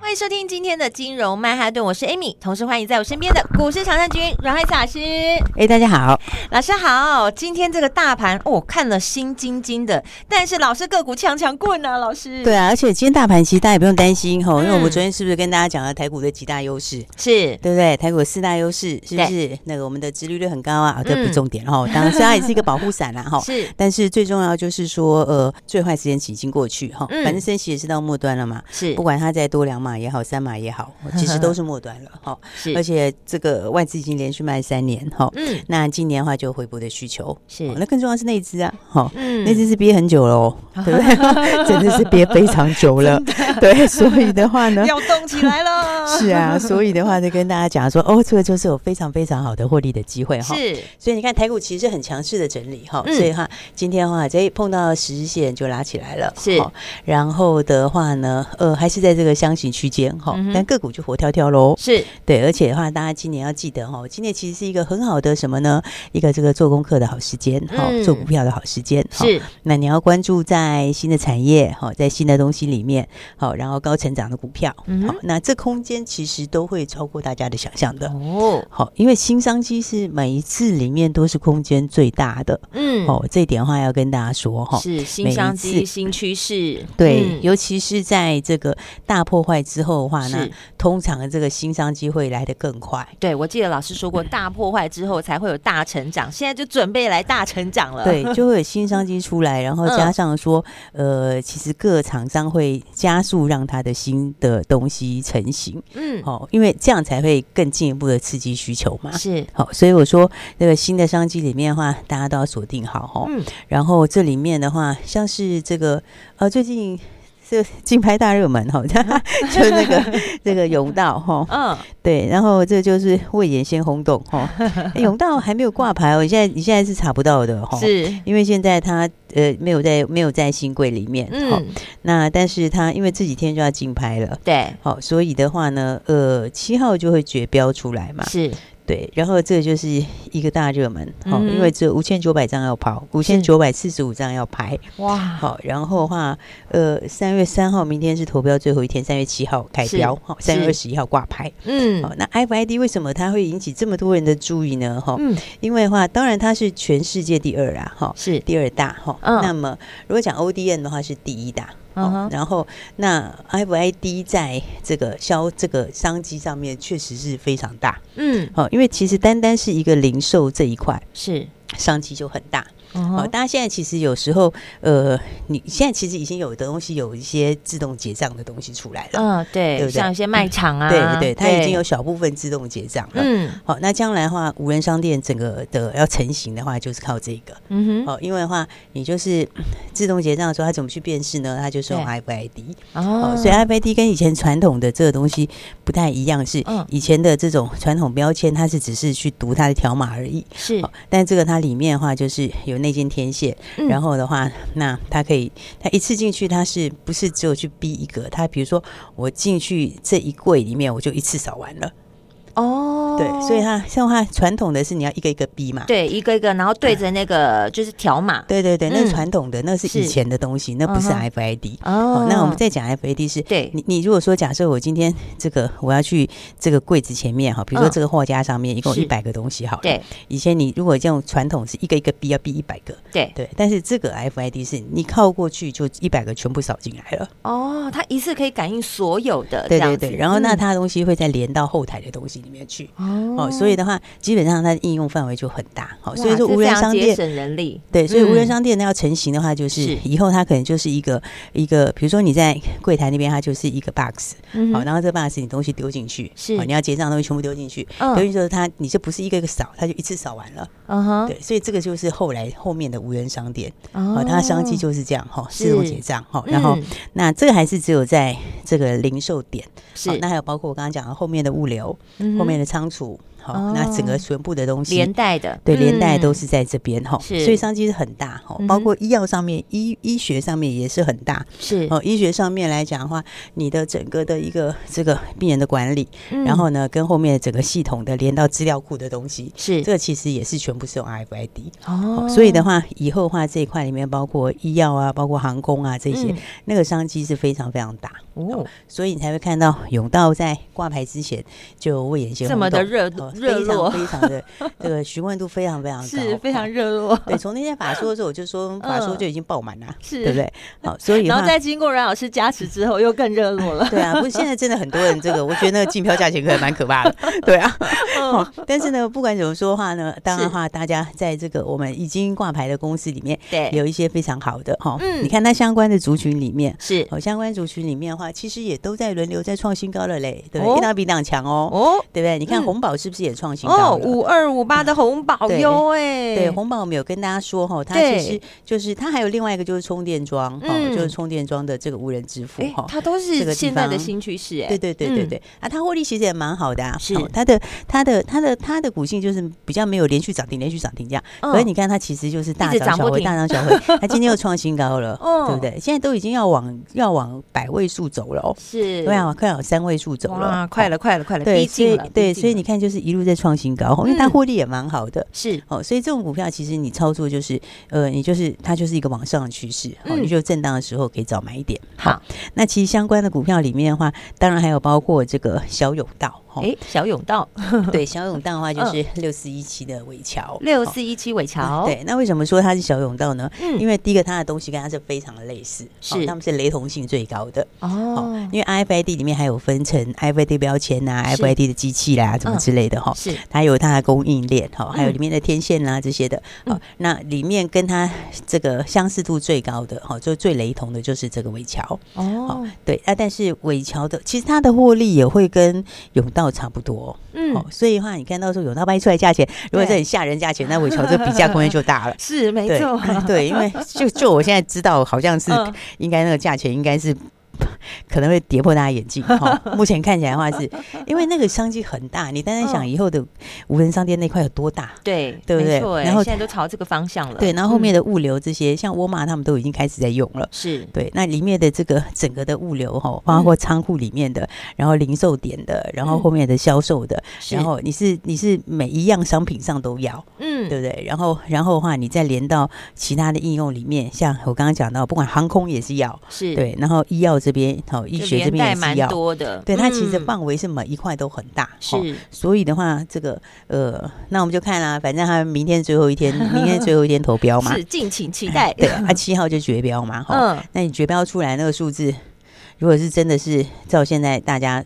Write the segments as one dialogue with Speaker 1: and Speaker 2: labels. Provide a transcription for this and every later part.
Speaker 1: 欢迎收听今天的金融曼哈顿，我是 Amy，同时欢迎在我身边的股市常胜军阮海慈老师。
Speaker 2: 哎、大家好，
Speaker 1: 老师好，今天这个大盘哦，看了心惊惊的，但是老师个股强强棍啊，老师
Speaker 2: 对啊，而且今天大盘其实大家也不用担心吼，因为我
Speaker 1: 嗯
Speaker 2: 们昨天是不是跟大家讲了台股的几大优势，
Speaker 1: 是，
Speaker 2: 对不对？台股有四大优势是不是？那个我们的殖利率很高啊，啊这不是重点哈、当然虽然它也是一个保护伞啦哈
Speaker 1: 是
Speaker 2: 但是最重要就是说，呃，最坏时间期已经过去哈，
Speaker 1: 嗯
Speaker 2: 反正升息也是到末端了嘛，
Speaker 1: 是
Speaker 2: 不管它再多两码也好，三码 也好，其实都是末端了哈。
Speaker 1: 是
Speaker 2: 而且这个外资已经连续卖三年哈，
Speaker 1: 嗯
Speaker 2: 那今年的话就有回补的需求，
Speaker 1: 是
Speaker 2: 哦那更重要是内资啊，哈，
Speaker 1: 嗯
Speaker 2: 那只是憋很久了 哦，对不对？真的是憋非常久了，对，所以的话 呢。
Speaker 1: 要动起来了，
Speaker 2: 是啊，所以的话就跟大家讲说，哦，这个就是有非常非常好的获利的机会哈。
Speaker 1: 是
Speaker 2: 所以你看台股其实很强势的整理哈，
Speaker 1: 嗯
Speaker 2: 所以哈，今天的话这一碰到十日线就拉起来了，
Speaker 1: 是
Speaker 2: 哈然后的话呢，呃，还是在这个箱型区间哈
Speaker 1: 嗯哼，
Speaker 2: 但个股就活跳跳喽。
Speaker 1: 是
Speaker 2: 对，而且的话，大家今年要记得哈，今年其实是一个很好的什么呢？一个这个做功课的好时间哈
Speaker 1: 嗯，
Speaker 2: 做股票的好时间哈。
Speaker 1: 是
Speaker 2: 那你要关注在新的产业，好，在新的东西里面，好，然后高成长的股票，
Speaker 1: 嗯
Speaker 2: 好，那这空间其实都会超过大家的想象的。
Speaker 1: 哦
Speaker 2: 好，因为新商机是每一次里面都是空间最大的，
Speaker 1: 嗯
Speaker 2: 哦，这一点的话要跟大家说哈。
Speaker 1: 是新
Speaker 2: 每一
Speaker 1: 商机
Speaker 2: 次
Speaker 1: 新趋势
Speaker 2: 对，
Speaker 1: 嗯
Speaker 2: 尤其是在这个大破坏之后的话呢
Speaker 1: 是，
Speaker 2: 通常这个新商机会来得更快。
Speaker 1: 对，我记得老师说过，大破坏之后才会有大成长，现在就准备来大成长了。
Speaker 2: 对，就会有新商机出来，然后加
Speaker 1: 嗯
Speaker 2: 上说，呃，其实各厂商会加速让它的新的东西成型，
Speaker 1: 嗯，
Speaker 2: 哦，因为这样才会更进一步的刺激需求 嘛。
Speaker 1: 是
Speaker 2: 好、所以我说那个新的商机里面的话，大家都要锁定好哦。
Speaker 1: 嗯
Speaker 2: 然后这里面的话，像是这个呃，最近这个 竞拍大热门哈、哦， 就 那个这个甬道哈、哦，
Speaker 1: 嗯
Speaker 2: 对，然后这就是未眼先轰动哈、 哦诶甬道还没有挂牌哦，你现在你现在是查不到的哈、哦。
Speaker 1: 是
Speaker 2: 因为现在它呃没有在没有在新柜里面，好、
Speaker 1: 嗯
Speaker 2: 那但是它因为这几天就要竞拍了，
Speaker 1: 对
Speaker 2: 好，所以的话呢，呃，七号就会绝标出来嘛，
Speaker 1: 是
Speaker 2: 对，然后这个就是一个大热门，好、
Speaker 1: 嗯
Speaker 2: 因为只有五千九百张要跑，五千九百四十五张要排，
Speaker 1: 哇
Speaker 2: 好，然后的话，呃，三月三号明天是投标最后一天，三月七号开
Speaker 1: 是
Speaker 2: 标，好，三月
Speaker 1: 是
Speaker 2: 二十一号挂牌，
Speaker 1: 嗯
Speaker 2: 好，那 FID 为什么它会引起这么多人的注意呢？哈、
Speaker 1: 嗯
Speaker 2: 因为的话，当然它是全世界第二啊，哈、
Speaker 1: 是
Speaker 2: 第二大哈、
Speaker 1: 嗯
Speaker 2: 那么如果讲 ODM 的话是第一大，
Speaker 1: 嗯
Speaker 2: 哦
Speaker 1: 哼、
Speaker 2: 然后那 FID 在这个销这个商机上面确实是非常大
Speaker 1: 嗯
Speaker 2: 哦，因为其实单单是一个零售这一块
Speaker 1: 是
Speaker 2: 商机就很大
Speaker 1: 嗯
Speaker 2: 哦。
Speaker 1: 哼
Speaker 2: 大家现在其实有时候呃，你现在其实已经有的东西有一些自动结账的东西出来了，
Speaker 1: 嗯
Speaker 2: 哦对
Speaker 1: 对，
Speaker 2: 不对
Speaker 1: 像一些卖场啊，
Speaker 2: 对对，它已经有小部分自动结账了。
Speaker 1: 嗯
Speaker 2: 好、那将来的话，无人商店整个的要成型的话，就是靠这个。
Speaker 1: 嗯哼
Speaker 2: 哦，因为的话，你就是嗯自动结账的时候，它怎么去辨识呢？它就是用
Speaker 1: 对
Speaker 2: FID
Speaker 1: 哦
Speaker 2: 哦，所以 FID 跟以前传统的这个东西不太一样，是
Speaker 1: 嗯
Speaker 2: 以前的这种传统标签，它是只是去读它的条码而已。
Speaker 1: 是
Speaker 2: 哦，但这个它里面的话，就是有内建天线，
Speaker 1: 嗯
Speaker 2: 然后的话，那它可以，它一次进去，它是不是只有去逼一个？它比如说我进去这一柜里面，我就一次扫完了，
Speaker 1: 哦
Speaker 2: 对，所以它像它传统的是你要一个一个逼嘛，
Speaker 1: 对一个一个，然后对着那个就是条码
Speaker 2: 对对对，
Speaker 1: 嗯
Speaker 2: 那是传统的，那是以
Speaker 1: 是
Speaker 2: 前的东西，那不是
Speaker 1: 嗯哼
Speaker 2: FID。
Speaker 1: 哦
Speaker 2: 哦，那我们再讲 FAD 是，
Speaker 1: 对
Speaker 2: 你你如果说假设我今天这个我要去这个柜子前面哈，比如说
Speaker 1: 嗯
Speaker 2: 这个货架上面一共
Speaker 1: 是
Speaker 2: 一百个东西好了，
Speaker 1: 对，
Speaker 2: 以前你如果这种传统是一个一个逼要逼一百个，
Speaker 1: 对
Speaker 2: 对，但是这个 FID 是你靠过去就一百个全部扫进来了，
Speaker 1: 哦，它一次可以感应所有的这
Speaker 2: 对
Speaker 1: 样
Speaker 2: 对
Speaker 1: 子，
Speaker 2: 对，然后那
Speaker 1: 嗯
Speaker 2: 它的东西会再连到后台的东西里面去。
Speaker 1: 哦
Speaker 2: 哦，所以的话，基本上它的应用范围就很大。好、所以
Speaker 1: 哇
Speaker 2: 说
Speaker 1: 这
Speaker 2: 无
Speaker 1: 非
Speaker 2: 人
Speaker 1: 常
Speaker 2: 商
Speaker 1: 节
Speaker 2: 店
Speaker 1: 省人力，
Speaker 2: 对，所以无人
Speaker 1: 嗯
Speaker 2: 商店呢要成型的话，就是
Speaker 1: 是
Speaker 2: 以后它可能就是一个一个，比如说你在柜台那边，它就是一个 box，
Speaker 1: 嗯
Speaker 2: 好、
Speaker 1: 哼
Speaker 2: 然后这 box 你东西丢进去，
Speaker 1: 是
Speaker 2: 好你要结账的东西全部丢进去，
Speaker 1: 嗯
Speaker 2: 丢进去之后它你就不是一个一个扫，它就一次扫完了，
Speaker 1: 嗯哼，
Speaker 2: 对，所以这个就是后来后面的无人商店，
Speaker 1: 哦
Speaker 2: 好、它的商机就是这样哈，
Speaker 1: 是
Speaker 2: 自动结账哈，
Speaker 1: 嗯
Speaker 2: 然后、那这个还是只有在这个零售点，
Speaker 1: 是
Speaker 2: 好那还有包括我刚刚讲的后面的物流，
Speaker 1: 嗯哼
Speaker 2: 后面的仓储，哈、
Speaker 1: 哦
Speaker 2: 那整个全部的东西
Speaker 1: 连带的，
Speaker 2: 对，连带都
Speaker 1: 嗯
Speaker 2: 是在这边哈，所
Speaker 1: 是
Speaker 2: 以商机是很大哈，包
Speaker 1: 嗯哼
Speaker 2: 括医药上面、医医学上面也是很大
Speaker 1: 是，
Speaker 2: 哦。医学上面来讲的话，你的整个的一个这个病人的管理，然后
Speaker 1: 嗯
Speaker 2: 呢，跟后面整个系统的连到资料库的东西，
Speaker 1: 是
Speaker 2: 这个其实也是全部是用 RFID、
Speaker 1: 哦
Speaker 2: 哦。所以的话，以后的话这一块里面包括医药啊，包括航空啊这些，
Speaker 1: 嗯
Speaker 2: 那个商机是非常非常大，
Speaker 1: 哦，
Speaker 2: 所以你才会看到永道在挂牌之前就为人先
Speaker 1: 这么的热
Speaker 2: 哦
Speaker 1: 热
Speaker 2: 非常
Speaker 1: 络，
Speaker 2: 非常 的这个询问度非常非常高，
Speaker 1: 是非
Speaker 2: 哦
Speaker 1: 常热络，嗯
Speaker 2: 对。从那天法说的时候，我就 说法说就已经爆满了，
Speaker 1: 是
Speaker 2: 对不对？好，所以的
Speaker 1: 然后
Speaker 2: 话
Speaker 1: 再经过阮老师加持之后，又更热络 了。
Speaker 2: 对啊，不是现在真的很多人这个，我觉得那个竞标价钱可能蛮可怕的， 对啊。
Speaker 1: 嗯
Speaker 2: 哦，但是呢，不管怎么说的话呢，当然的话，大家在这个我们已经挂牌的公司里面，
Speaker 1: 对，
Speaker 2: 有一些非常好的哈，
Speaker 1: 哎嗯
Speaker 2: 你看它相关的族群里面。
Speaker 1: 是
Speaker 2: 哦，相关族群里面的话，其实也都在轮流在创新高了嘞，对不
Speaker 1: 哦
Speaker 2: 对？一档比一档强哦，
Speaker 1: 哦
Speaker 2: 对不对？你看
Speaker 1: 嗯
Speaker 2: 红宝是不是也创新
Speaker 1: 哦，
Speaker 2: 高了？
Speaker 1: 五二五八的红宝
Speaker 2: 对
Speaker 1: 优哎，
Speaker 2: 对，红宝我们有跟大家说哈，它
Speaker 1: 对
Speaker 2: 其实就是它还有另外一个就是充电桩哈，
Speaker 1: 嗯
Speaker 2: 就是充电桩的这个无人支付
Speaker 1: 哎
Speaker 2: 哈，。
Speaker 1: 它都
Speaker 2: 这
Speaker 1: 是
Speaker 2: 个地
Speaker 1: 现在的
Speaker 2: 方
Speaker 1: 新趋势哎，
Speaker 2: 对对对对
Speaker 1: 嗯
Speaker 2: 对，啊，它获利其实也蛮好的啊，
Speaker 1: 是
Speaker 2: 哦它的它的它的它的股性就是比较没有连续涨停，连续涨停这样。
Speaker 1: 嗯
Speaker 2: 可是你看它其实就是大
Speaker 1: 一直
Speaker 2: 涨
Speaker 1: 涨
Speaker 2: 小
Speaker 1: 不
Speaker 2: 回，
Speaker 1: 停
Speaker 2: 大涨小 回，它今天又创新高了，
Speaker 1: 哦
Speaker 2: 对不对？现在都已经要往要往百位数走了哦，
Speaker 1: 是
Speaker 2: 对啊，快往三位数走了
Speaker 1: 哇，，快
Speaker 2: 哦。
Speaker 1: 了，快了，快了，
Speaker 2: 对，
Speaker 1: 逼
Speaker 2: 所
Speaker 1: 近
Speaker 2: 以
Speaker 1: 了，
Speaker 2: 对，
Speaker 1: 逼近
Speaker 2: 所以
Speaker 1: 了
Speaker 2: 你看，就是一路在创新高，哦因为它
Speaker 1: 嗯
Speaker 2: 获利也蛮好的。
Speaker 1: 是
Speaker 2: 哦，所以这种股票其实你操作就是，呃，你就是它就是一个往上的趋势，哦，
Speaker 1: 嗯
Speaker 2: 你就震荡的时候可以早买一点。
Speaker 1: 好，
Speaker 2: 那其实相关的股票里面的话，当然还有包括这个小甬道，哦， 嗯
Speaker 1: 哎，小甬道
Speaker 2: 对，小甬道的话就是六四一七的尾桥，
Speaker 1: 六
Speaker 2: 哦
Speaker 1: 四一七尾桥，
Speaker 2: 对，那为什么说它是小甬道呢？
Speaker 1: 嗯，
Speaker 2: 因为第一个它的东西跟它是非常的类似，哦
Speaker 1: 是
Speaker 2: 它们是雷同性最高的。哦
Speaker 1: 哦，，
Speaker 2: 因为 RFID 里面还有分成 RFID 标签啊呐、
Speaker 1: 是
Speaker 2: RFID 的机器啦，什么
Speaker 1: 嗯
Speaker 2: 之类的哈。
Speaker 1: 是
Speaker 2: 它有它的供应链，哈，还有
Speaker 1: 嗯
Speaker 2: 里面的天线啦、啊这些的，好、
Speaker 1: 嗯
Speaker 2: 那里面跟它这个相似度最高的，哦哈，就最雷同的就是这个尾桥，
Speaker 1: 哦，
Speaker 2: 对，啊，但是尾桥的其实它的获利也会跟甬道差不多，哦
Speaker 1: 嗯，，
Speaker 2: 所以的话，你看到时候甬道掰出来价钱，如果
Speaker 1: 对。
Speaker 2: 是很吓人价钱，那尾桥这比价空间就大了
Speaker 1: 是 没
Speaker 2: 对
Speaker 1: 错，
Speaker 2: 对， 因为就就我现在知道，好像是
Speaker 1: 嗯
Speaker 2: 应该那个价钱应该是可能会跌破大家眼镜 哈、目前看起来的话是，因为那个商机很大，你单单想
Speaker 1: 嗯
Speaker 2: 以后的无人商店那块有多大？
Speaker 1: 对
Speaker 2: 对不
Speaker 1: 没
Speaker 2: 对
Speaker 1: 错哎
Speaker 2: 然后
Speaker 1: 现在都朝这个方向了，
Speaker 2: 对，然后后面
Speaker 1: 的
Speaker 2: 的物流这些，像沃尔玛他们都已经开始在用了。
Speaker 1: 嗯是
Speaker 2: 对，那里面的这个 整个的物流哈，包括仓库里面的，然后零售点的，然后
Speaker 1: 嗯
Speaker 2: 后面的销售的，
Speaker 1: 是
Speaker 2: 然后你是你是每一样商品上都要，
Speaker 1: 嗯
Speaker 2: 对不对？然后然后的话，你再连到其他的应用里面，像我刚刚讲到，不管航空也是要，
Speaker 1: 是，
Speaker 2: 对，然后医药这边，好、医
Speaker 1: 就
Speaker 2: 学这
Speaker 1: 连
Speaker 2: 边
Speaker 1: 带
Speaker 2: 也是
Speaker 1: 蛮
Speaker 2: 要，
Speaker 1: 多的，
Speaker 2: 对它其实
Speaker 1: 嗯
Speaker 2: 范围是每一块都很大，哦
Speaker 1: 是
Speaker 2: 所以的话，这个呃，那我们就看啦、反正他们明天最后一天，明天最后一天投标嘛，
Speaker 1: 是敬请期待，
Speaker 2: 对，他七号就绝标嘛，哈、
Speaker 1: 嗯，
Speaker 2: 那你绝标出来那个数字，如果是真的是照现在大家。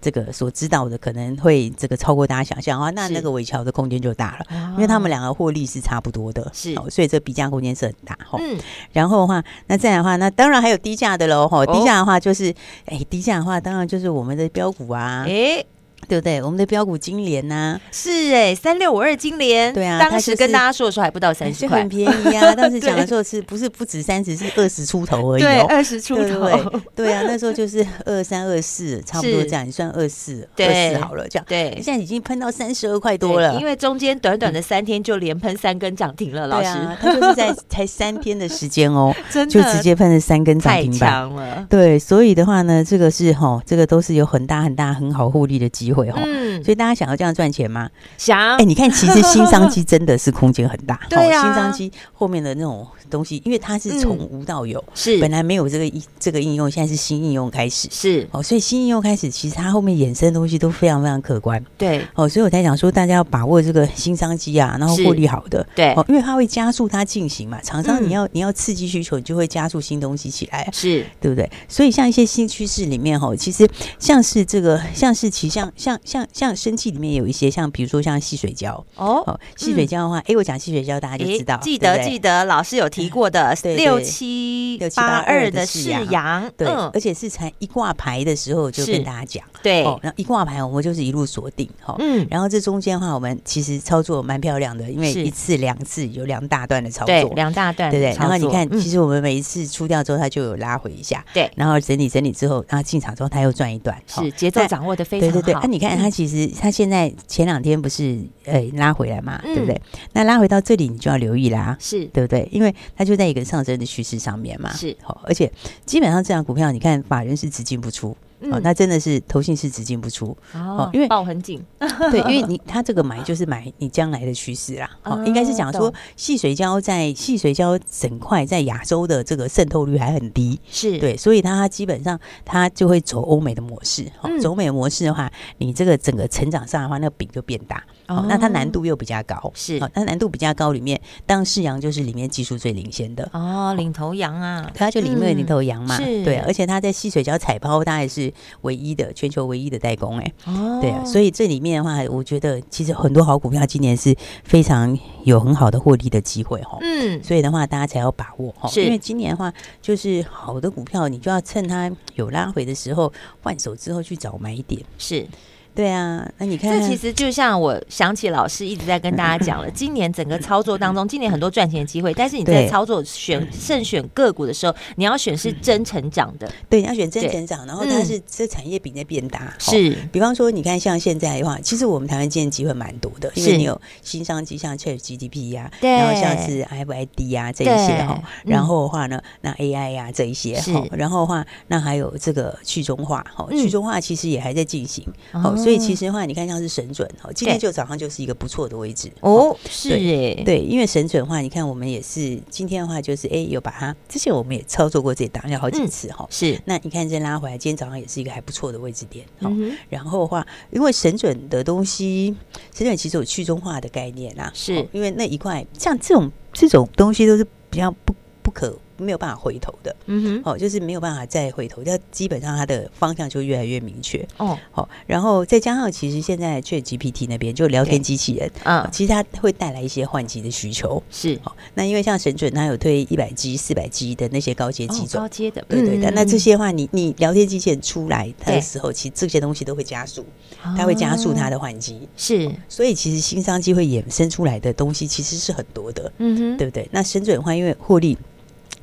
Speaker 2: 这个所知道的可能会这个超过大家想象啊，那
Speaker 1: 是
Speaker 2: 那个尾桥的空间就大了。
Speaker 1: 因
Speaker 2: 因为他们两个获利是差不多的，
Speaker 1: 是
Speaker 2: 哦，所以这比价空间是很大哈、
Speaker 1: 嗯
Speaker 2: 然后的话，那再来的话，那当然还有低价的喽哈。
Speaker 1: 哦
Speaker 2: 低价的话就是，哎、低价的话当然就是我们的标股啊，
Speaker 1: 哎。
Speaker 2: 对不对？我们的标股金莲啊呐、
Speaker 1: 是哎，三六五二金莲，
Speaker 2: 对啊
Speaker 1: 当
Speaker 2: 它
Speaker 1: 时
Speaker 2: 就
Speaker 1: 跟
Speaker 2: 是
Speaker 1: 大家说的时候还不到三十
Speaker 2: 就
Speaker 1: 块
Speaker 2: 很，便宜 啊。当时讲的时候是不是不止三十，是二十出头而已
Speaker 1: 对，
Speaker 2: 哦。
Speaker 1: 二十出
Speaker 2: 对对
Speaker 1: 头，
Speaker 2: 对啊，那时候就是二三二四，差不多
Speaker 1: 是
Speaker 2: 这样，你算二四二
Speaker 1: 对
Speaker 2: 四好了，这样。
Speaker 1: 对
Speaker 2: 现，在已经喷到三十二块
Speaker 1: 对
Speaker 2: 多了，
Speaker 1: 因为中间短短的三天就连喷三根涨停了，老
Speaker 2: 对
Speaker 1: 师，
Speaker 2: 啊，它就 是在才三天的时间哦，
Speaker 1: 真的
Speaker 2: 就直接喷了三根涨
Speaker 1: 太
Speaker 2: 停板。
Speaker 1: 强了，
Speaker 2: 对，所以的话呢，这个是哈，这个都是有很大很大很好获利的机会哈。
Speaker 1: 嗯，
Speaker 2: 所以大家想要这样赚钱吗？
Speaker 1: 想
Speaker 2: 哎、你看，其实新商机真的是空间很 大。
Speaker 1: 对啊
Speaker 2: 齁新商机后面的那种东西，因为它是从
Speaker 1: 嗯
Speaker 2: 无到有，
Speaker 1: 是
Speaker 2: 本来没有这个应这个应用，现在是新应用开始。
Speaker 1: 是，
Speaker 2: 哦，所以新应用开始，其实它后面衍生的东西都非常非常可观。
Speaker 1: 对
Speaker 2: 哦，所以我才想说，大家要把握这个新商机啊，然后
Speaker 1: 是
Speaker 2: 获利好的。
Speaker 1: 对
Speaker 2: 哦，因为它会加速它进行嘛，厂商
Speaker 1: 嗯
Speaker 2: 你要、你要刺激需求，你就会加速新东西起来啊。
Speaker 1: 是，
Speaker 2: 对不对？所以像一些新趋势里面哦哈，其实像是这个，像是其像像像像生气里面有一些，像比如说像细水胶
Speaker 1: 哦。
Speaker 2: 哦，细水胶的话，诶，我讲细水胶大家就
Speaker 1: 诶
Speaker 2: 知道，
Speaker 1: 记
Speaker 2: 对
Speaker 1: 得
Speaker 2: 不对
Speaker 1: 记得，老师有提过的
Speaker 2: 对对
Speaker 1: 六七七
Speaker 2: 六七
Speaker 1: 八
Speaker 2: 八
Speaker 1: 二
Speaker 2: 二
Speaker 1: 的
Speaker 2: 的
Speaker 1: 世
Speaker 2: 世
Speaker 1: 阳，
Speaker 2: 对，
Speaker 1: 嗯
Speaker 2: 而且是才一挂牌的时候就是跟大家讲，
Speaker 1: 对，
Speaker 2: 哦，那一挂牌我们就是一路锁定，哦哈、
Speaker 1: 嗯，
Speaker 2: 然后这中间的话，我们其实操作蛮漂亮的，因为
Speaker 1: 是
Speaker 2: 一次两次有两大段的操
Speaker 1: 对，
Speaker 2: 作，
Speaker 1: 两大段
Speaker 2: 对不对？
Speaker 1: 操
Speaker 2: 然后你
Speaker 1: 作
Speaker 2: 看，
Speaker 1: 嗯
Speaker 2: 其实我们每一次出掉之后，它就有拉回一下，
Speaker 1: 对
Speaker 2: 然后整理整理之后，然后进场之后它又赚一段，哦
Speaker 1: 是节奏
Speaker 2: 那
Speaker 1: 掌握的非常
Speaker 2: 对
Speaker 1: 好，嗯
Speaker 2: 对对，那、你看它其实它现在前两天不是呃拉回来嘛，
Speaker 1: 嗯
Speaker 2: 对不对？那拉回到这里你就要留意啦，
Speaker 1: 是
Speaker 2: 对不对？因为它就在一个上升的趋势上面嘛，
Speaker 1: 是
Speaker 2: 好、而且基本上这样股票，你看法人是只进不出，
Speaker 1: 嗯
Speaker 2: 哦，那真的是投信是只进不出，
Speaker 1: 哦，
Speaker 2: 因为
Speaker 1: 抱很紧，
Speaker 2: 对，因为你它这个买就是买你将来的趋势啦，哦，
Speaker 1: 啊
Speaker 2: 应该是讲说
Speaker 1: 懂
Speaker 2: 细水胶在细水胶整块在亚洲的这个渗透率还很低，
Speaker 1: 是，
Speaker 2: 对，所以它它基本上它就会走欧美的模式，哦
Speaker 1: 嗯，
Speaker 2: 走欧美的模式的话，你这个整个成长上的话，那个饼就变大，哦，那它难度又比较高，
Speaker 1: 是
Speaker 2: 哦，它难度比较高里面，当世阳就是里面技术最领先的。
Speaker 1: 哦，领头羊啊，
Speaker 2: 它就里面
Speaker 1: 嗯
Speaker 2: 领头羊嘛，
Speaker 1: 是
Speaker 2: 对，而且它在细水胶采抛，它也是唯一的全球唯一的代工、哎，
Speaker 1: 哦，
Speaker 2: 对啊，所以这里面的话，我觉得其实很多好股票今年是非常有很好的获利的机会哈。
Speaker 1: 嗯，
Speaker 2: 所以的话，大家才要把握哈，
Speaker 1: 是
Speaker 2: 因为今年的话，就是好的股票，你就要趁它有拉回的时候换手之后去找买点。
Speaker 1: 是，
Speaker 2: 对啊，那你看，
Speaker 1: 这其实就像我想起老师一直在跟大家讲 了，今年整个操作当中，今年很多赚钱的机会，但是你在
Speaker 2: 对嗯
Speaker 1: 操作选慎选个股的时候，你要选是真成长的，
Speaker 2: 对，你要选真
Speaker 1: 对
Speaker 2: 成长，然后
Speaker 1: 嗯
Speaker 2: 它是这产业比在变大。吼
Speaker 1: 是
Speaker 2: 比方说，你看像现在的话，其实我们台湾今年机会蛮多的，因
Speaker 1: 是
Speaker 2: 为你有新商机，像 Chat GDP 呀、
Speaker 1: 对
Speaker 2: 啊然后像是 FID 呀、啊这一
Speaker 1: 对
Speaker 2: 些哈、
Speaker 1: 嗯
Speaker 2: 然后的话呢，那 AI 呀、这一些
Speaker 1: 是
Speaker 2: 哈、然后的话，那还有这个去中化哈、
Speaker 1: 嗯
Speaker 2: 去中化其实也还在进行哦、所以其
Speaker 1: 实
Speaker 2: 实的话，你看像是神准哦，今天
Speaker 1: 对
Speaker 2: 就早上就是一个不错的位置。
Speaker 1: 哦是哎，
Speaker 2: 对，因为神准的话，你看我们也是今天的话，就是哎有把它，之前我们也操作过这档要好几
Speaker 1: 嗯
Speaker 2: 次哈、
Speaker 1: 是，
Speaker 2: 那你看这拉回来，今天早上也是一个还不错的位置点。好、
Speaker 1: 嗯哼
Speaker 2: 然后的话，因为神准的东西，神准其实有去中化的概念啦，
Speaker 1: 是
Speaker 2: 哦因为那一块像这种这种东西都是比较不不可没有办法回头的，
Speaker 1: 嗯哼
Speaker 2: 哦，就是没有办法再回头，但基本上它的方向就越来越明确，
Speaker 1: 哦
Speaker 2: 哦，然后再加上其实现在 Chat GPT 那边就聊
Speaker 1: 对
Speaker 2: 天机器人，哦
Speaker 1: 啊
Speaker 2: 其实它会带来一些换机的需求，
Speaker 1: 是
Speaker 2: 哦，那因为像神准它有推一百 G、四百 G 的那些高阶
Speaker 1: 哦
Speaker 2: 机种
Speaker 1: 高。阶的，
Speaker 2: 对对的，
Speaker 1: 嗯
Speaker 2: 那这些话你，你聊天机器人出来
Speaker 1: 对
Speaker 2: 的时候，其实这些东西都会加速，它会加速它
Speaker 1: 哦
Speaker 2: 的换机，
Speaker 1: 是
Speaker 2: 所以其实新商机会衍生出来的东西其实是很多的，
Speaker 1: 嗯哼
Speaker 2: 对不对？那深圳的话，因为获利。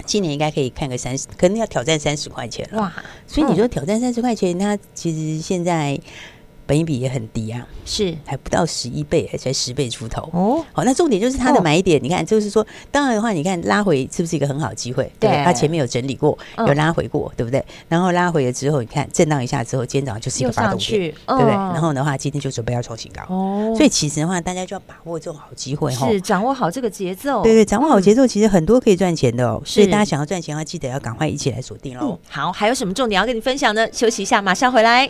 Speaker 2: 今年应该可以看个三十，可能要挑战三十块钱了。
Speaker 1: 哇
Speaker 2: 所以你
Speaker 1: 嗯
Speaker 2: 说挑战三十块钱，它其实现在本益比也很低啊，
Speaker 1: 是
Speaker 2: 还不到十一倍，还才十倍出头。
Speaker 1: 哦
Speaker 2: 好，那重点就是它
Speaker 1: 哦
Speaker 2: 的买点，你看，就是说，当然的话，你看拉回是不是一个很好的机会？对不
Speaker 1: 对
Speaker 2: 对，它前面有整理过，
Speaker 1: 嗯
Speaker 2: 有拉回过，对不对？然后拉回了之后，你看震荡一下之后，今天早上就是一
Speaker 1: 又
Speaker 2: 个发
Speaker 1: 上
Speaker 2: 动点，
Speaker 1: 去对
Speaker 2: 对不对？然后的话，今天就准备要创新高，
Speaker 1: 哦
Speaker 2: 所以其实的话，大家就要把握这种好机会哈。
Speaker 1: 是掌握好这个节奏，
Speaker 2: 对对，掌握好节奏，其实很多可以赚钱的哦。所以
Speaker 1: 是
Speaker 2: 大家想要赚钱的话，记得要赶快一起来锁定喽。
Speaker 1: 哦好，还有什么重点要跟你分享呢？休息一下，马上回来。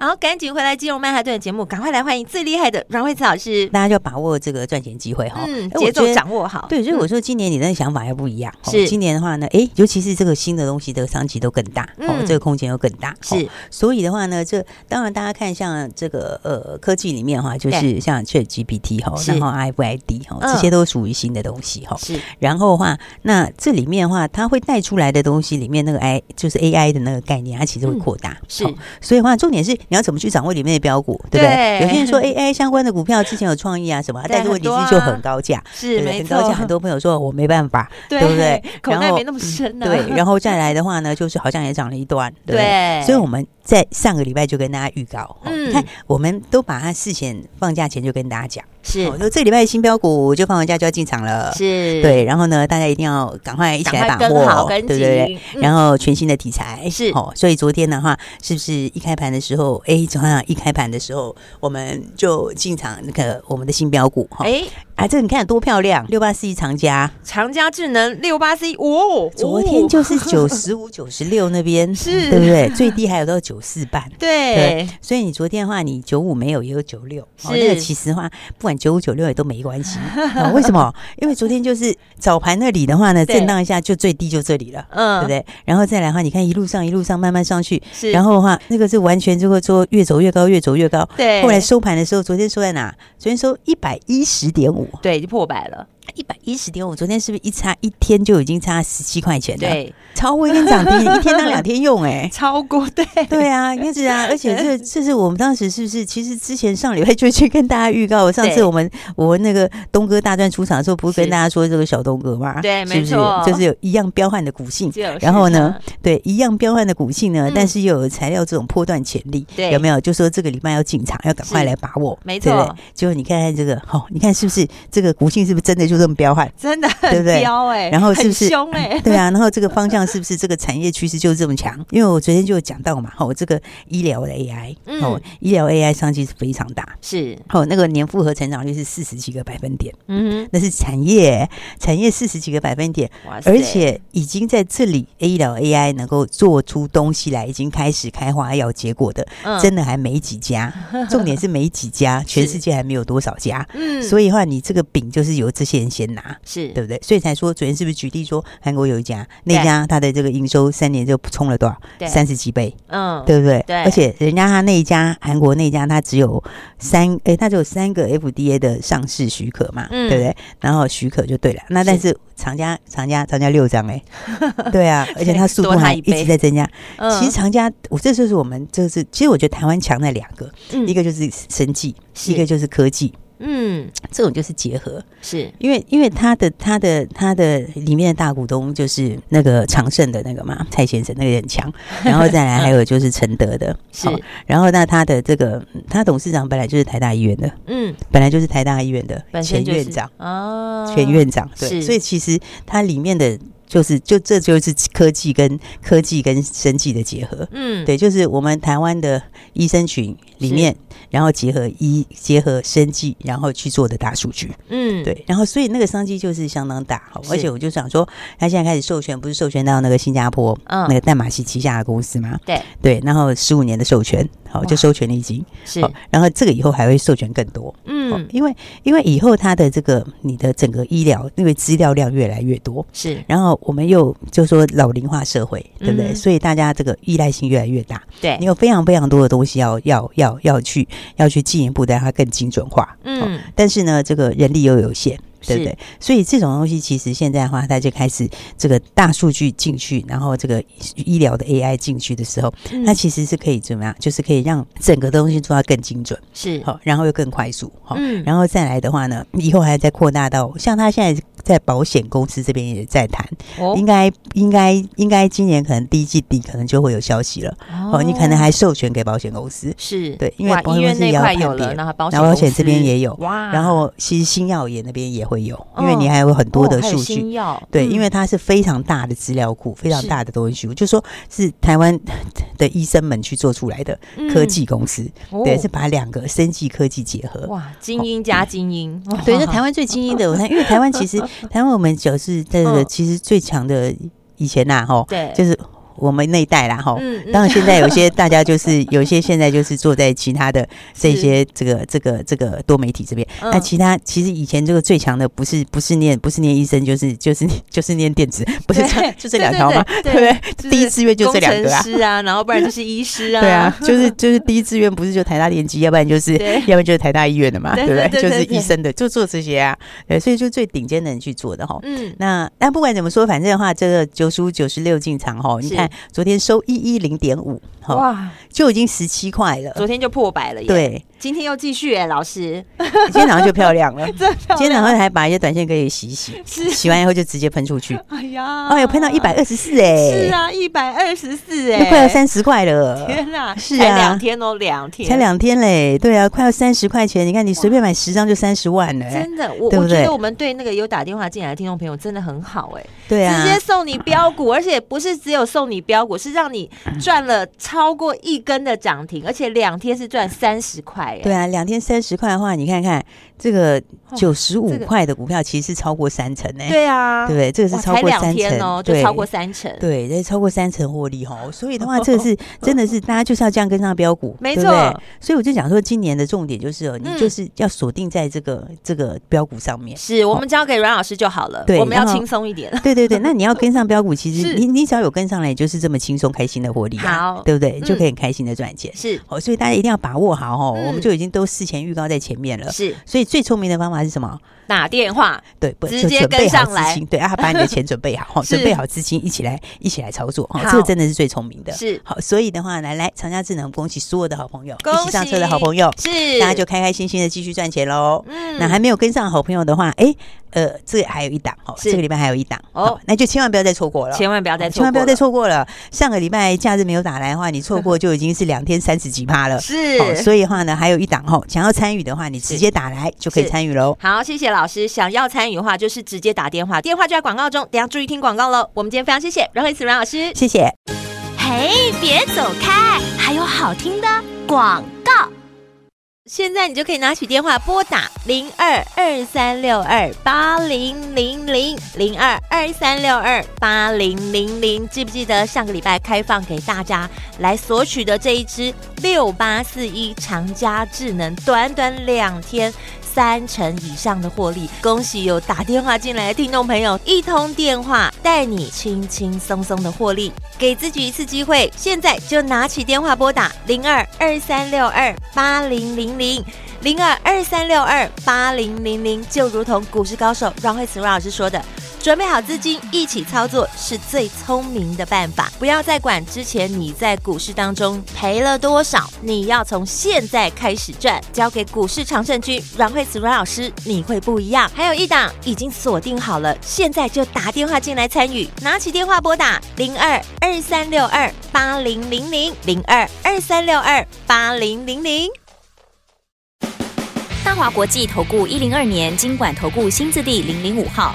Speaker 1: 好，赶紧回来金融曼哈顿的节目，赶快来欢迎最厉害的阮慧慈老师。
Speaker 2: 大家就要把握这个赚钱机会哈。
Speaker 1: 嗯，
Speaker 2: 哎我
Speaker 1: 节奏
Speaker 2: 觉得
Speaker 1: 掌握好。
Speaker 2: 对，所以
Speaker 1: 嗯
Speaker 2: 我说今年你的想法要不一样。哦
Speaker 1: 是
Speaker 2: 今年的话呢，哎，尤其是这个新的东西，这个商机都更大，哦
Speaker 1: 嗯，
Speaker 2: 这个空间又更大。哦
Speaker 1: 是
Speaker 2: 所以的话呢，这当然大家看像这个呃科技里面的话，就是像 Chat GPT 哈，
Speaker 1: 是
Speaker 2: 然后 FID 哈，
Speaker 1: 嗯
Speaker 2: 这些都属于新的东西哈。
Speaker 1: 是
Speaker 2: 然后的话，那这里面的话，它会带出来的东西里面那个 I 就是 AI 的那个概念，它其实会扩大。
Speaker 1: 嗯是
Speaker 2: 哦所以的话，重点是你要怎么去掌握里面的标股，对不对？
Speaker 1: 对
Speaker 2: 有些人说 AI 相关的股票之前有创意啊什么，
Speaker 1: 对
Speaker 2: 但是问题
Speaker 1: 很多啊
Speaker 2: 是就很高价。
Speaker 1: 是
Speaker 2: 对
Speaker 1: 没
Speaker 2: 很高
Speaker 1: 错，
Speaker 2: 价，很多朋友说我没办 法，
Speaker 1: 对
Speaker 2: 对不对？
Speaker 1: 口袋
Speaker 2: 然后嗯
Speaker 1: 没那么深呢。啊
Speaker 2: 对，然后再来的话呢，就是好像也涨了一段，对不对？
Speaker 1: 对，
Speaker 2: 所以我们在上个礼拜就跟大家预告，哦
Speaker 1: 嗯
Speaker 2: 你看我们都把它事前放假前就跟大家讲，
Speaker 1: 是
Speaker 2: 我说这个礼拜新标股就放完假就要进场了，
Speaker 1: 是，
Speaker 2: 哦对，然后呢，大家一定要赶快一起来把握，哦对不对？然后全新的题材
Speaker 1: 嗯是
Speaker 2: 哦，所以昨天的话，是不是一开盘的时候，哎，早上一开盘的时候，我们就进场那个我们的新标股哈，
Speaker 1: 哎，
Speaker 2: 啊，这个你看多漂亮，六八四一长家，
Speaker 1: 长嘉智能六八 C，哦，
Speaker 2: 昨天
Speaker 1: 哦
Speaker 2: 就是九十五、九十六那 边，
Speaker 1: 是
Speaker 2: 对不对？最低还有到九四半。
Speaker 1: 对
Speaker 2: 对，所以你昨天的话，你九五没有，也有九六，
Speaker 1: 是
Speaker 2: 哦，那个其实的话，不管九五九六也都没关 系、哦。为什么？因为昨天就是早盘那里的话呢，
Speaker 1: 对
Speaker 2: 震荡一下就最低就这里了，对
Speaker 1: 嗯
Speaker 2: 不对？然后再来的话，你看一路上一路上慢慢上去，
Speaker 1: 是，
Speaker 2: 然后的话，那个是完全就会说越走越高，越走越高。
Speaker 1: 对，
Speaker 2: 后来收盘的时候，昨天收在哪？昨天收一百一十点五，
Speaker 1: 对已经破百了，
Speaker 2: 一百一十点五。昨天是不是一差一天就已经差十七块钱了？，
Speaker 1: 对，
Speaker 2: 超过一根涨停，一天当两天用哎、
Speaker 1: 超过 对
Speaker 2: 对啊，应该是 啊，而且这
Speaker 1: 嗯
Speaker 2: 这是我们当时是不是？其实之前上礼拜就已经跟大家预告了，上
Speaker 1: 对
Speaker 2: 次我们我那个东哥大战出场的时候，不是跟
Speaker 1: 是
Speaker 2: 大家说这个小东哥吗？
Speaker 1: 对
Speaker 2: 是不
Speaker 1: 没错
Speaker 2: 是就是有一样彪悍的股性
Speaker 1: 就有市，
Speaker 2: 然后呢
Speaker 1: 场，
Speaker 2: 对一样彪悍的股性呢
Speaker 1: 嗯，
Speaker 2: 但是又有材料这种波段潜力，
Speaker 1: 对
Speaker 2: 有没有？就说这个礼拜要进场，要赶快
Speaker 1: 是
Speaker 2: 来把握，
Speaker 1: 没
Speaker 2: 对不
Speaker 1: 错
Speaker 2: 对。结果你看看这个，哦，你看是不是这个股性是不是真的就这么彪悍？
Speaker 1: 真的
Speaker 2: 对
Speaker 1: 很
Speaker 2: 不对
Speaker 1: 彪哎，
Speaker 2: 然后是
Speaker 1: 很
Speaker 2: 不是？
Speaker 1: 凶哎
Speaker 2: 对啊，然后这个方向是不是这个产业趋势就是这么强？因为我昨天就有讲到嘛，哦，这个医疗的 AI，、
Speaker 1: 嗯
Speaker 2: 哦，医疗 AI 商机是非常大，
Speaker 1: 是，
Speaker 2: 哦，那个年复合成长率是四十几个百分点，
Speaker 1: 嗯
Speaker 2: 那是产业产业四十几个百分点，
Speaker 1: 哼，哇塞
Speaker 2: 而且已经在这里医疗 AI 能够做出东西来，已经开始开花要结果的，
Speaker 1: 嗯
Speaker 2: 真的还没几 家，重点是没几家，全
Speaker 1: 是
Speaker 2: 世界还没有多少家，
Speaker 1: 嗯
Speaker 2: 所以的话，你这个饼就是由这些人先拿。
Speaker 1: 是
Speaker 2: 对不对？所以才说昨天是不是举例说韩国有一家，
Speaker 1: 对
Speaker 2: 那家它的这个营收三年就冲了多
Speaker 1: 对
Speaker 2: 少？三十几倍，
Speaker 1: 嗯
Speaker 2: 对不对？
Speaker 1: 对
Speaker 2: 而且人家他那一家韩国那一家，它只有三，诶，它只有三个 FDA 的上市许可嘛，
Speaker 1: 嗯
Speaker 2: 对不对？然后许可就对了。那
Speaker 1: 是
Speaker 2: 但是长家长家长家六张 哎、对啊，而且它速度
Speaker 1: 多它
Speaker 2: 还
Speaker 1: 一
Speaker 2: 一
Speaker 1: 倍
Speaker 2: 直在增加。
Speaker 1: 嗯
Speaker 2: 其实长家，我这就是我们这是，其实我觉得台湾强在两个，
Speaker 1: 嗯
Speaker 2: 一个就是生技，
Speaker 1: 是
Speaker 2: 一个就是科技，
Speaker 1: 嗯
Speaker 2: 这种就是结合。
Speaker 1: 是
Speaker 2: 因为因为他的他的他的里面的大股东就是那个长盛的那个嘛，蔡先生那个人 很强，然后再来还有就是承德的，
Speaker 1: 是
Speaker 2: 好然后那他的这个他董事长本来就是台大医院的，
Speaker 1: 嗯，
Speaker 2: 本来就是台大医院的
Speaker 1: 本
Speaker 2: 前
Speaker 1: 身就是
Speaker 2: 院长，
Speaker 1: 啊
Speaker 2: 前院长对，
Speaker 1: 是
Speaker 2: 所以其实它里面的就是就这就是科技跟科技跟生技的结合。
Speaker 1: 嗯
Speaker 2: 对，就是我们台湾的医生群里面，然后结合医结合生技，然后去做的大数据。
Speaker 1: 嗯
Speaker 2: 对，然后所以那个商机就是相当大，好
Speaker 1: 是
Speaker 2: 而且我就想说，他现在开始授权，不是授权到那个新加坡、
Speaker 1: 嗯
Speaker 2: 那个淡马锡旗下的公司吗？
Speaker 1: 对
Speaker 2: 对，然后十五年的授权，好
Speaker 1: 哇
Speaker 2: 就授权了已经，
Speaker 1: 是
Speaker 2: 好，然后这个以后还会授权更多，好
Speaker 1: 嗯
Speaker 2: 因为因为以后它的这个你的整个医疗，因为资料量越来越多。
Speaker 1: 是
Speaker 2: 然后我们又就说老龄化社会，对不对？
Speaker 1: 嗯哼
Speaker 2: 所以大家这个依赖性越来越大，
Speaker 1: 对
Speaker 2: 你有非常非常多的东西要要要要去要去进一步的让它更精准化。
Speaker 1: 嗯
Speaker 2: 但是呢，这个人力又有限，对不
Speaker 1: 是
Speaker 2: 对？所以这种东西其实现在的话，它就开始这个大数据进去，然后这个医疗的 AI 进去的时候，
Speaker 1: 嗯
Speaker 2: 它其实是可以怎么样？就是可以让整个东西做到更精准，
Speaker 1: 是
Speaker 2: 好、然后又更快速，好、
Speaker 1: 嗯
Speaker 2: 然后再来的话呢，以后还要再扩大到像它现在在保险公司这边也在谈，
Speaker 1: 哦
Speaker 2: 应该应该应该今年可能第一季底可能就会有消息了，哦，你可能还授权给保险公司，
Speaker 1: 是
Speaker 2: 对因为
Speaker 1: 哇
Speaker 2: 保
Speaker 1: 医
Speaker 2: 险公
Speaker 1: 院
Speaker 2: 司
Speaker 1: 那
Speaker 2: 也要
Speaker 1: 块
Speaker 2: 判
Speaker 1: 有了，
Speaker 2: 别
Speaker 1: 然后保
Speaker 2: 然后
Speaker 1: 公
Speaker 2: 保险这边
Speaker 1: 司
Speaker 2: 也有
Speaker 1: 哇，
Speaker 2: 然后其实新药业那边也会有，因为
Speaker 1: 嗯
Speaker 2: 你还有很多
Speaker 1: 啊哦
Speaker 2: 的
Speaker 1: 还有
Speaker 2: 数据。
Speaker 1: 新药
Speaker 2: 对，
Speaker 1: 嗯
Speaker 2: 因为它是非常大的资料库，非常
Speaker 1: 是
Speaker 2: 大的东西库，就说是台湾 的医生们去做出来的科技公司，
Speaker 1: 嗯
Speaker 2: 对，
Speaker 1: 哦
Speaker 2: 是把两个生技科技结合。
Speaker 1: 哇，精英加精英，
Speaker 2: 对，就台湾最精英的，我看，因为台湾 其实台湾我们就是这个
Speaker 1: 嗯
Speaker 2: 其实最强的以前呐，吼，
Speaker 1: 对
Speaker 2: 就是我们那一代啦，吼，
Speaker 1: 嗯嗯
Speaker 2: 哦当然，现在有些大家 就是有些现在就是坐在其他的这些这个这个这个多媒体这边。
Speaker 1: 嗯
Speaker 2: 那其他其实以前这个最强的不是不是念不是念医生就是就是就是念电子，不是这
Speaker 1: 对
Speaker 2: 样就这两条嘛，
Speaker 1: 对对对
Speaker 2: 对不
Speaker 1: 就是
Speaker 2: 对？第一志愿就这两个啊
Speaker 1: 工。程师 啊，然后不然就是医师啊，
Speaker 2: 对啊， 就是就是第一志愿不是就台大电机，要不然就是
Speaker 1: 对
Speaker 2: 要不然就是台大医院的嘛，
Speaker 1: 对
Speaker 2: 对不对？
Speaker 1: 对对
Speaker 2: 就
Speaker 1: 对
Speaker 2: 是
Speaker 1: 对
Speaker 2: 医生的，就做这些啊。对，所以就最顶尖的人去做的哈。
Speaker 1: 嗯，
Speaker 2: 那那不管怎么说，反正的话，这个九十五、九十六进场哈，你
Speaker 1: 是
Speaker 2: 看看昨天收一一零点五，好，
Speaker 1: 哇，
Speaker 2: 就已经十七块了。
Speaker 1: 昨天就破百了耶！，
Speaker 2: 对，
Speaker 1: 今天又继续哎，老师，
Speaker 2: 今天早上就漂亮了。
Speaker 1: 真漂
Speaker 2: 今天早
Speaker 1: 亮！
Speaker 2: 上还把一些短线可以洗一洗，
Speaker 1: 是
Speaker 2: 洗完以后就直接 喷出去。
Speaker 1: 哎呀，
Speaker 2: 哎呦，喷到一百二十四哎，
Speaker 1: 是，啊，一百二十四哎，
Speaker 2: 那快要，三十块了。
Speaker 1: 天哪，
Speaker 2: 是
Speaker 1: 才
Speaker 2: 啊
Speaker 1: 两天哦，两天，
Speaker 2: 才，两天嘞，对啊，快要三十块钱。你看，你随便买十张就三十万嘞，
Speaker 1: 真的，我
Speaker 2: 哎对不
Speaker 1: 我觉
Speaker 2: 对
Speaker 1: 得我们对那个有打电话进来的听众朋友真的很好哎，
Speaker 2: 对啊，
Speaker 1: 直接送你标股，而且不是只有送你标股，是让你赚了超过一根的涨停，而且两天是赚三十块。
Speaker 2: 对
Speaker 1: 哎，
Speaker 2: 啊，两天三十块的话，你看看这个九十五
Speaker 1: 哦这个
Speaker 2: 块的股票，其实是超过三成呢、
Speaker 1: 对啊，
Speaker 2: 对不对？这个是
Speaker 1: 哇
Speaker 2: 超
Speaker 1: 才
Speaker 2: 过
Speaker 1: 两
Speaker 2: 三
Speaker 1: 天
Speaker 2: 成
Speaker 1: 哦，就超过三成。
Speaker 2: 对，对，这超过三成获利哦。所以的话，这个是真的是大家就是要这样跟上标股，
Speaker 1: 没
Speaker 2: 对不对
Speaker 1: 错
Speaker 2: 所以我就讲说，今年的重点就是哦，你
Speaker 1: 嗯
Speaker 2: 就是要锁定在这个这个标股上面。
Speaker 1: 是我们交给阮老师就好了，
Speaker 2: 对
Speaker 1: 我们要
Speaker 2: 然后
Speaker 1: 轻松一点。
Speaker 2: 对 对对，那你要跟上标股，其
Speaker 1: 是
Speaker 2: 实你你只要有跟上来，你就是这么轻松开心的获利啊，
Speaker 1: 好
Speaker 2: 对不对？就
Speaker 1: 嗯
Speaker 2: 可以很开心的赚钱。
Speaker 1: 是
Speaker 2: 哦，所以大家一定要把握好哦，我们
Speaker 1: 嗯
Speaker 2: 就已经都事前预告在前面了。
Speaker 1: 是，
Speaker 2: 所以最聪明的方法是什么？
Speaker 1: 打电话
Speaker 2: 对，不
Speaker 1: 直
Speaker 2: 就
Speaker 1: 接
Speaker 2: 准
Speaker 1: 跟
Speaker 2: 备好
Speaker 1: 上
Speaker 2: 资
Speaker 1: 来
Speaker 2: 金，对啊，把你的钱准备好， 哈
Speaker 1: 是
Speaker 2: 准备好资金，一起来一起来操作，哦哈，这
Speaker 1: 好
Speaker 2: 个真的是最聪明的。
Speaker 1: 是
Speaker 2: 好，所以的话，来来，长嘉智能，恭喜所有的好朋友，
Speaker 1: 恭
Speaker 2: 一起上车的好
Speaker 1: 喜
Speaker 2: 朋友，
Speaker 1: 是，
Speaker 2: 大家就开开心心的继续赚钱喽。
Speaker 1: 嗯
Speaker 2: 那还没有跟上的好朋友的话，哎，呃，这个还有一档哦，
Speaker 1: 是
Speaker 2: 这个礼拜还有一档
Speaker 1: 哦
Speaker 2: 哦，那就千万不要再错过了。
Speaker 1: 千万不要再
Speaker 2: 哦千万不要再
Speaker 1: 了
Speaker 2: 错过了！上个礼拜假日没有打来的话，你错 过就已经是两天三十几趴了。哦，
Speaker 1: 是。
Speaker 2: 所以的话呢，还有一档吼，想要参与的话，你直接打来就可以
Speaker 1: 是
Speaker 2: 参与喽。
Speaker 1: 好，谢谢老师。想要参与的话，就是直接打电话，电话就在广告中，等一下注意听广告喽。我们今天非常谢谢阮慧慈阮老师。
Speaker 2: 谢谢。
Speaker 3: 嘿，别走开，还有好听的广告。
Speaker 1: 现在你就可以拿起电话拨打零二二三六二八零零零零二二三六二八零零零，记不记得上个礼拜开放给大家来索取的这一支六八四一长嘉智能，短短两天。三成以上的获利，恭喜有打电话进来的听众朋友，一通电话带你轻轻松松的获利，给自己一次机会，现在就拿起电话拨打零二二三六二八零零零。零二二三六二八零零零，就如同股市高手阮慧慈阮老师说的，准备好资金一起操作是最聪明的办法。不要再管之前你在股市当中赔了多少，你要从现在开始赚。交给股市常胜军阮慧慈阮老师，你会不一样。还有一档已经锁定好了，现在就打电话进来参与，拿起电话拨打零二二三六二八零零零零二二三六二八零零零。
Speaker 3: 大华国际投顾一零二年经管投顾新字第零零五号。